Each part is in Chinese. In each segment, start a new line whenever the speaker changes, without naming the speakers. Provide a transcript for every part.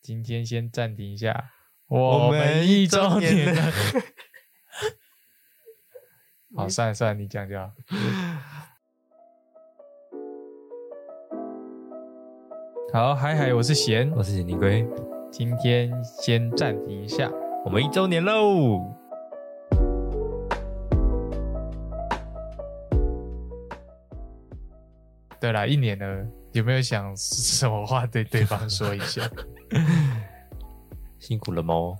今天先暂停一下，
我
们
们
一
一
周
周
年
年
了。好，算了算了，你讲 就好。好，嗨嗨，我是贤，
我是林龟，
今天先暂停一下。
我们一周年喽！
对啦，一年了，有没有想什么话对对方说一 下？
辛苦了猫，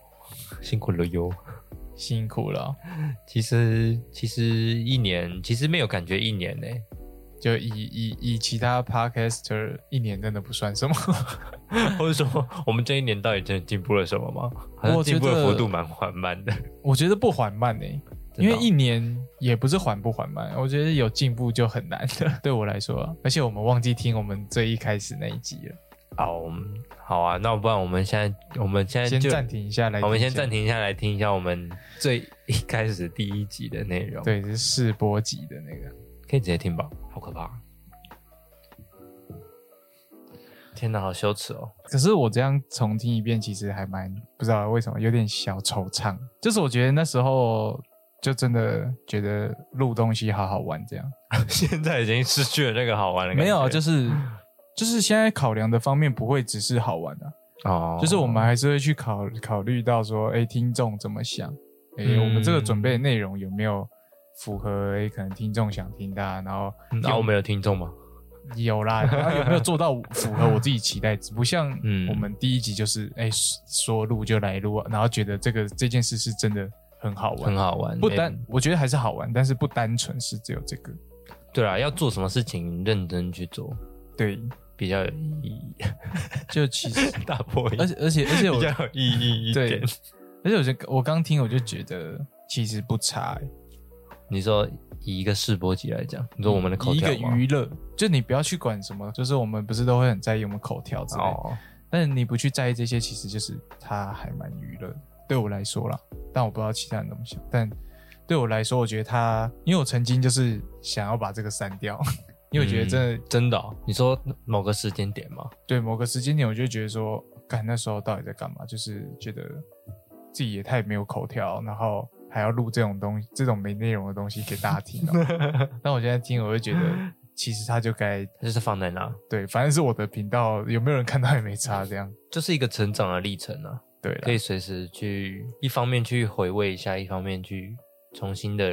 辛苦了哟。
辛苦了哦，
其实其实一年其实没有感觉一年呢、
就以以以其他 podcaster 一年真的不算什么。
或者说我们这一年到底真的进步了什么吗？好像
我觉
进步的
得
幅度蛮缓慢的，
我觉得不缓慢欸呢、
真
因
的
为
哦
一年也不是缓不缓慢，我觉得有进步就很难了， 对我来说啊、而且我们忘记听我们最一开始那一集了，
好，我们好啊，那不然我们现在我们现在
先
就
暂停一下来。
我们先暂
停
停一下来听一下我们最一开始第一集的内容
一下。，，对，是试播集的那个。
可以直接听吧，好可怕！天哪，好羞耻哦！
可是我这样重听一遍，其实还蛮不知道为什么有点小惆怅，就是我觉得那时候就真的觉得录东西好好玩这样。
现在已经失去了那个好玩的感觉，
没有啊，就是是就是现在考量的方面不会只是好玩啊，
哦，
就是我们还是会去考考虑到说，哎，听众怎么想？哎，
嗯
我们这个准备的内容有没有符合？哎，可能听众想听的、啊，然后
嗯，然后我们有听众吗？
有 啦，然后有没有做到符合我自己期待值？不像
嗯
我们第一集就是哎说录就来录啊，然后觉得这个这件事是真的很好玩，
很好玩，
不
没
单我觉得还是好玩，但是不单纯是只有这个。
对啦，要做什么事情认真去做，
对，
比较有意义，
就其实，
大破 音
而且而且而且
比
我
较有意义一
对
点。，
而且我觉得我刚听我就觉得其实不差、欸，
你说以一个世博集来讲，你说我们的口
以一
条
个
吗？
娱乐，就你不要去管什么，就是我们不是都会很在意我们口条之类的，
哦，
但是你不去在意这些，其实就是它还蛮娱乐的，对我来说啦。但我不知道其他人怎么想，但对我来说，我觉得它，因为我曾经就是想要把这个删掉，因为我觉得真的、
真的哦、你说某个时间点吗？
对某个时间点，我就觉得说，干那时候到底在干嘛？就是觉得自己也太没有口条，然后还要录这种东西，这种没内容的东西给大家听、 哦。但我现在听，我就觉得其实它就该
就是放在那，
对，反正是我的频道，有没有人看到也没差，这样
就是一个成长的历程啊，
对
可
啦，
以随时去一方面去回味一下，一方面去重新的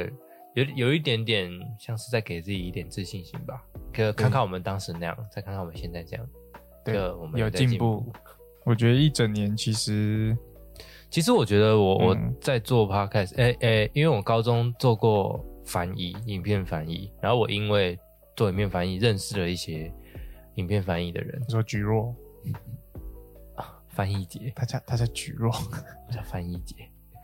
有有一点点像是在给自己一点自信心吧。可
嗯
看看我们当时那样，再看看我们现在这样，
对
个我，们
有
有在进
步。我觉得一整年其实
其实我觉得我、我
嗯
在做 podcast，诶、诶、因为我高中做过翻译，影片翻译，然后我因为做影片翻译认识了一些影片翻译的人，
你说菊若，
翻译节，
他叫他叫菊若，
我叫翻译节，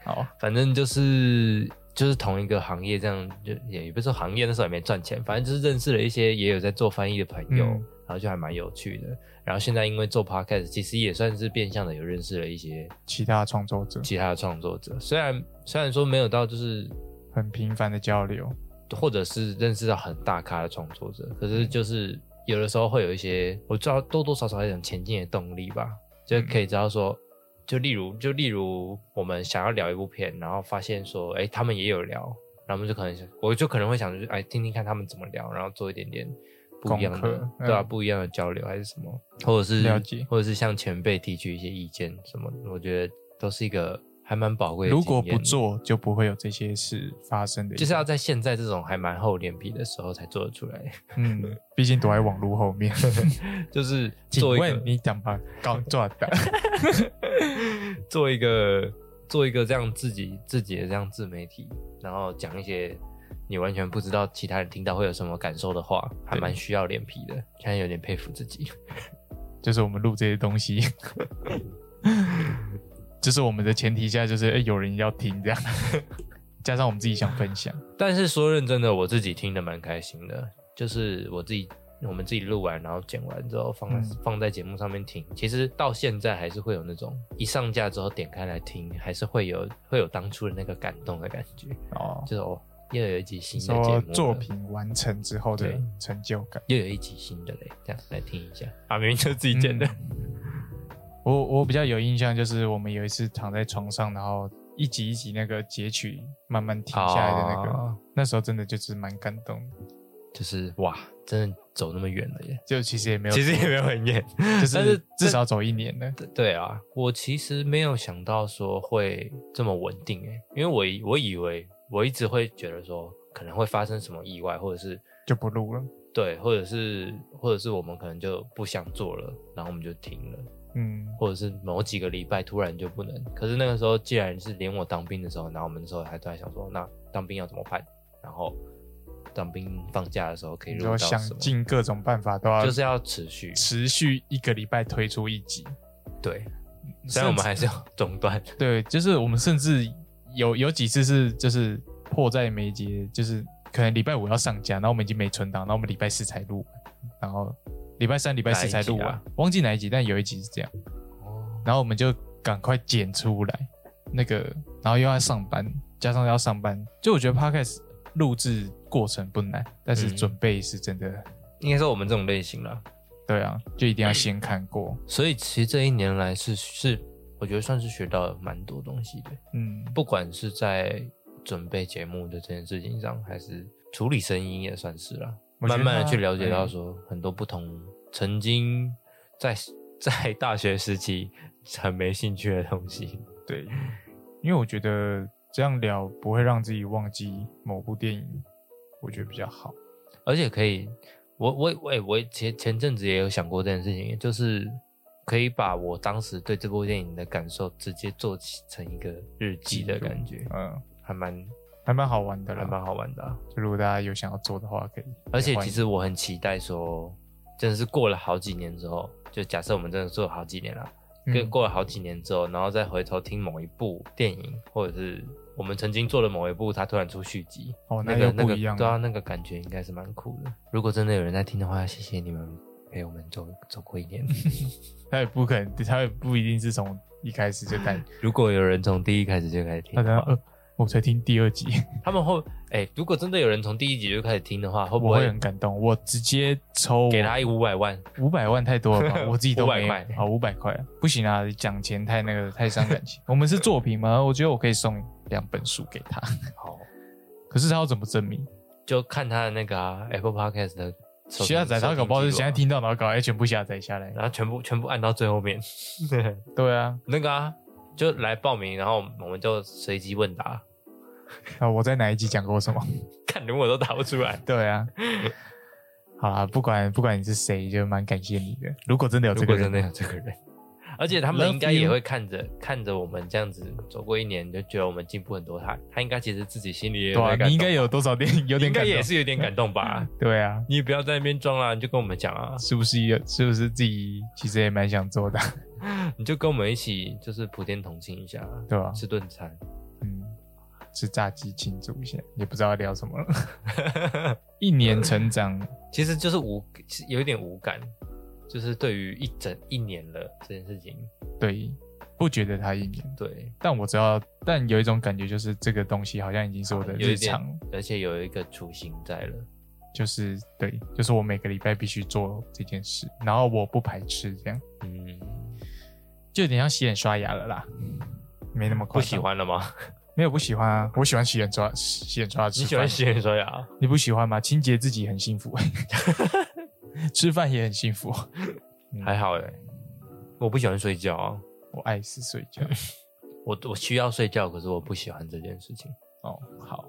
好，
反正就是就是同一个行业，这样就也也不是说行业，那时候也没赚钱，反正就是认识了一些也有在做翻译的朋友，
嗯
然后就还蛮有趣的。然后现在因为做 podcast，其实也算是变相的有认识了一些
其他创作者
其他的创作者，虽然虽然说没有到就是
很频繁的交流，
或者是认识到很大咖的创作者，可
嗯
是就是有的时候会有一些，我知道多多少少有一种前进的动力吧，就
嗯
可以知道说，就例如就例如我们想要聊一部片，然后发现说，哎，他们也有聊，然后我们就可能想我就可能会想就是，哎，听听看他们怎么聊，然后做一点点不一样
功
的
课，嗯
对啊，不一样的交流还是什么，或者是
了解
或者是向前辈提取一些意见什么的，我觉得都是一个还蛮宝贵的经
如
验。
果不做就不会有这些事发生的，
就是要在现在这种还蛮厚脸皮的时候才做得出来，
嗯，毕竟躲在网络后面。
就是
请
做一
问
个
你讲吧，搞做的，
做一个做一个这样自己自己的这样自媒体，然后讲一些你完全不知道其他人听到会有什么感受的话，还蛮需要脸皮的。现在有点佩服自己，
就是我们录这些东西，就是我们的前提下就是哎、有人要听这样， 加上我们自己想分享。
但是说认真的，我自己听的蛮开心的，就是我自己。我们自己录完，然后剪完之后放在、
嗯
放在节目上面听。其实到现在还是会有那种一上架之后点开来听，还是会有会有当初的那个感动的感觉。
哦，
就是哦，又有一集新的节
说
目了
作，品完成之后的
对
成就感。
又有一集新的嘞，这样来听一下。啊，明明就是自己
理
剪的，
嗯我我比较有印象就是我们有一次躺在床上，然后一集一集那个截取慢慢停下来的那个，
哦
那时候真的就是蛮感动的。
就是哇，真的走那么远了耶，
就其实也没有，
其实也没有很远，
就
但
是
是
至少走一年了。
对对啊，我其实没有想到说会这么稳定诶，因为我以我以为我一直会觉得说可能会发生什么意外，或者是
就不录了。
对，或者是或者是我们可能就不想做了，然后我们就停了，
嗯，
或者是某几个礼拜突然就不能。可是那个时候，既然是连我当兵的时候，然后我们那时候还都在想说，那当兵要怎么办？然后当兵放假的时候可以
你
录到
说想
什么？
尽啊各种办法都要，
就是要持续
持续一个礼拜推出一集。
对，虽然我们还是要 中断，
对，就是我们甚至有有几次是就是迫在眉睫，就是可能礼拜五要上架，然后我们已经没存档，然后我们礼拜四才录完，然后礼拜三、礼拜四才录完，
哪一集啊
忘记哪一集，但有一集是这样，
哦，
然后我们就赶快剪出来那个，然后又要上班，加上要上班，就我觉得 podcast 录制过程不难，但是
嗯
准备是真的，
应该是我们这种类型啦。
对啊，就一定要先看过，
所以其实这一年来是是，我觉得算是学到蛮多东西的，
嗯，
不管是在准备节目的这件事情上，还是处理声音也算是啦，
我觉
慢
得
慢的
它
去了解到
嗯
说很多不同曾经在 在大学时期很没兴趣的东西。
对，因为我觉得这样聊不会让自己忘记某部电影，我觉得比较好。
而且可以，我我我、欸、我前前阵子也有想过这件事情，就是可以把我当时对这部电影的感受直接做起成一个日记的感觉，
嗯，
还蛮
还蛮好玩的
还
啦。
蛮好玩的啊、
就如果大家有想要做的话，可以。
而且
也欢
其
迎
实我很期待说，真的是过了好几年之后，就假设我们真的做了好几年了，
嗯
跟、过了好几年之后，然后再回头听某一部电影，或者是我们曾经做了某一部，它突然出续集，
哦，
那
又
个那
不
个
一样
对啊，
了。
那个感觉应该是蛮酷的。如果真的有人在听的话，谢谢你们陪我们走走过一年。
他也不可能，他也不一定是从一开始就 开始，
如果有人从第一开始就开始 听
他可能
的话，
呃，我才听第二集，
他们会哎、如果真的有人从第一集就开始听的话，会不
我会
会
很感动。我直接抽
给他一五 百万？
五百万太多了 吧？我自己都
500
没
块
好五百块不行啊，讲钱太那个太伤感情。我们是作品嘛，我觉得我可以送两本书给他，
好，
可是他要怎么证明？
就看他的那个、啊、Apple Podcast 的收听
下载他搞不好是
啊
现在，听到，然后搞哎全部下载下来
收听记录啊。然后全部全部按到最后面，
对啊，
那个啊，就来报名，然后我们就随机问答，
啊我在哪一集讲过 什么？
看如果都答不出来，
对啊，好啦，不管不管你是谁，就蛮感谢你的。如果真的有
如
这
果
个
真
人，
的有这个人，而且他们
Love
应该
you
也会看着看着我们这样子走过一年，就觉得我们进步很多他。他应该其实自己心里也有
对啊
点感，动
你应该有多少点有点
你
感
应该
动
也，是有点感 动吧？
对啊，
你也不要在那边装啦，你就跟我们讲啊，
是不是有是不是自己其实也蛮想做的，
你就跟我们一起就是普天同庆一下，
对吧、
吃顿餐。
嗯，吃炸鸡庆祝一下，也不知道要聊什么了。 一年成长，
其实就是无，其实有一点无感，就是对于一整一年了这件事情，
对，不觉得他一年，
对，
但我知道，但有一种感觉就是这个东西好像已经是我的
有一
日
点
常了。
而且有一个雏形在了。
就是对，就是我每个礼拜必须做这件事，然后我不排斥，这样
嗯，
就有点像洗脸刷牙了啦，没那么
不
快。
喜，欢了 吗？
没有不喜欢啊，我喜欢洗脸刷洗脸刷吃
你喜
饭
欢，洗脸刷牙？
你不喜欢吗？清洁自己很幸福， 吃饭也很幸福，嗯
还好哎，我不喜欢睡觉啊，
我爱死睡 觉。
我我需要睡觉，可是我不喜欢这件事情，
哦，好，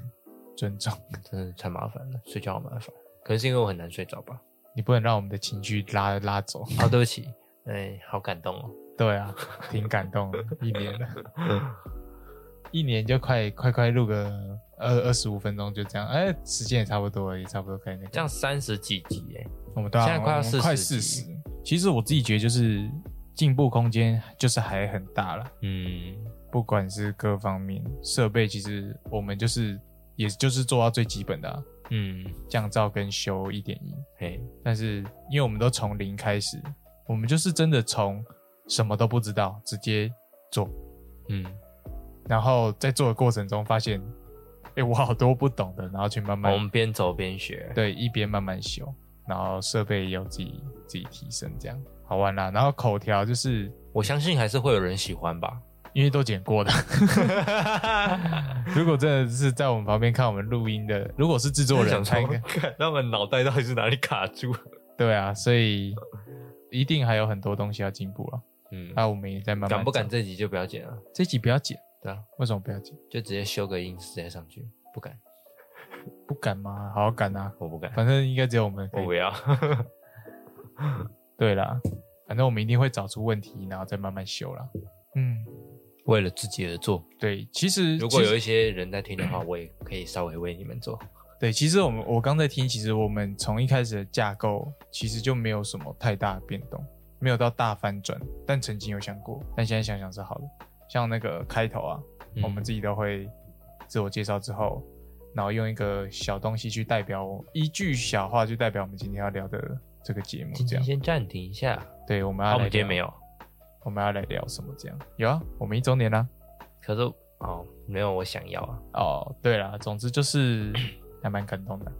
尊重，
真的太麻烦了，睡觉好麻烦。可能是因为我很难睡 着吧。
你不能让我们的情绪拉拉走。
哦，对不起，哎，好感动哦。
对啊，挺感动的，一年了， 一年就快快快录个二二十五分钟，就这样，哎、时间也差不多了，也差不多可以那个。
这样三十几集哎，
我们都
现在快要
我们
40
快
集
四十。其实我自己觉得就是进步空间就是还很大了，
嗯，
不管是各方面设备，其实我们就是也就是做到最基本的、啊、
嗯，
降噪跟修一点一，
嘿，
但是因为我们都从零开始，我们就是真的从什么都不知道直接做，
嗯，
然后在做的过程中发现，
哦
哎、我好多不懂的，然后去慢慢、
我们边走边学，
对一边慢慢修。然后设备也有自己自己提升，这样好玩啦。然后口条就是
我相信还是会有人喜欢 吧。
因为都剪过的， 如果真的是在我们旁边看我们录音的，如果是制作人，
想
他应
说
该，
看他们脑袋到底是哪里卡住？
对啊，所以一定还有很多东西要进步啊。
嗯，
那我们也在慢慢
敢不敢
找
这集就不要剪了，
这集不要剪？
对啊，
为什么不要剪？
就直接修个音直接上去，不敢，
不敢吗？好好敢啊！
我不敢，
反正应该只有我们可
哦我
以
不。要。
对啦，反正我们一定会找出问题，然后再慢慢修啦。嗯，
为了自己而做，
对，其实
如果
其实
有一些人在听的话，我也可以稍微为你们做。
对，其实我们我刚在听，其实我们从一开始的架构其实就没有什么太大的变动，没有到大翻转，但曾经有想过，但现在想想是好的。像那个开头啊，
嗯
我们自己都会自我介绍之后，然后用一个小东西去代表我，一句小话就代表我们今天要聊的这个节目，
今
这
天
样。
先暂停一下，
对，我们
啊，
要
我
来
们今
聊
天没，有，
我们要来聊什么？这样有啊，我们一周年啦、
可是哦，没有我想要啊。
哦，对啦，总之就是 还蛮感动的，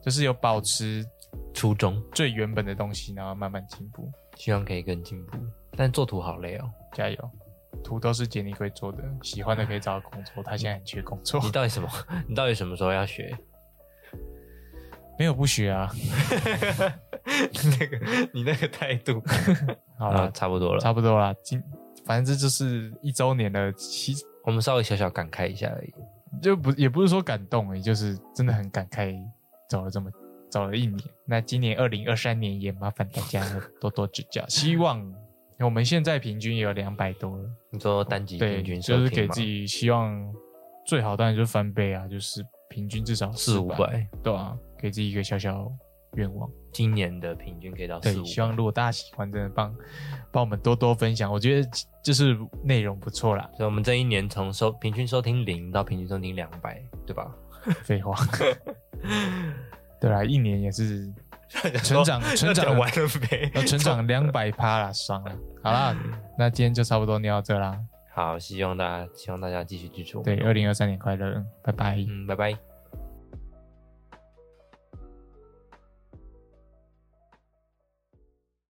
就是有保持
初衷
最原本的东西，然后慢慢进步，
希望可以更进步，但做图好累哦。
加油！图都是杰尼龟做的，喜欢的可以找到工作。他现在很缺工作，
你到底什么？ 你到底什么时候要学？
没有不学啊。
那个你那个态 度
好
啊，
了，
差不多了。
差不多啦。今反正这就是一周年了，其实
我们稍微小小感慨一下而已。
就不也不是说感动，也就是真的很感慨，走了这么走了一年。那今年二零二三年也麻烦大家多多指教，希望我们现在平均也有两百多了。
你说单集
对，
平均收
就是
听吗
给自己希望最好，当然就是翻倍啊，就是平均至少
四五
400，
百，
对啊，给自己一个小小愿望。
今年的平均可以到四
对，
五
希望
百。
如果大家喜欢，真的帮帮我们多多分享，我觉得就是内容不错啦。
所以我们这一年从收平均收听零到平均收听两百，对吧？
废话，对啊啦，一年也是 成 长成长
完了没？
呃 成长两百趴啦，爽啦。好啦，那今天就差不多聊到这啦。
好，希望大家希望大家继续支持我们。
对，二零二三年快乐，拜拜。
嗯，拜拜。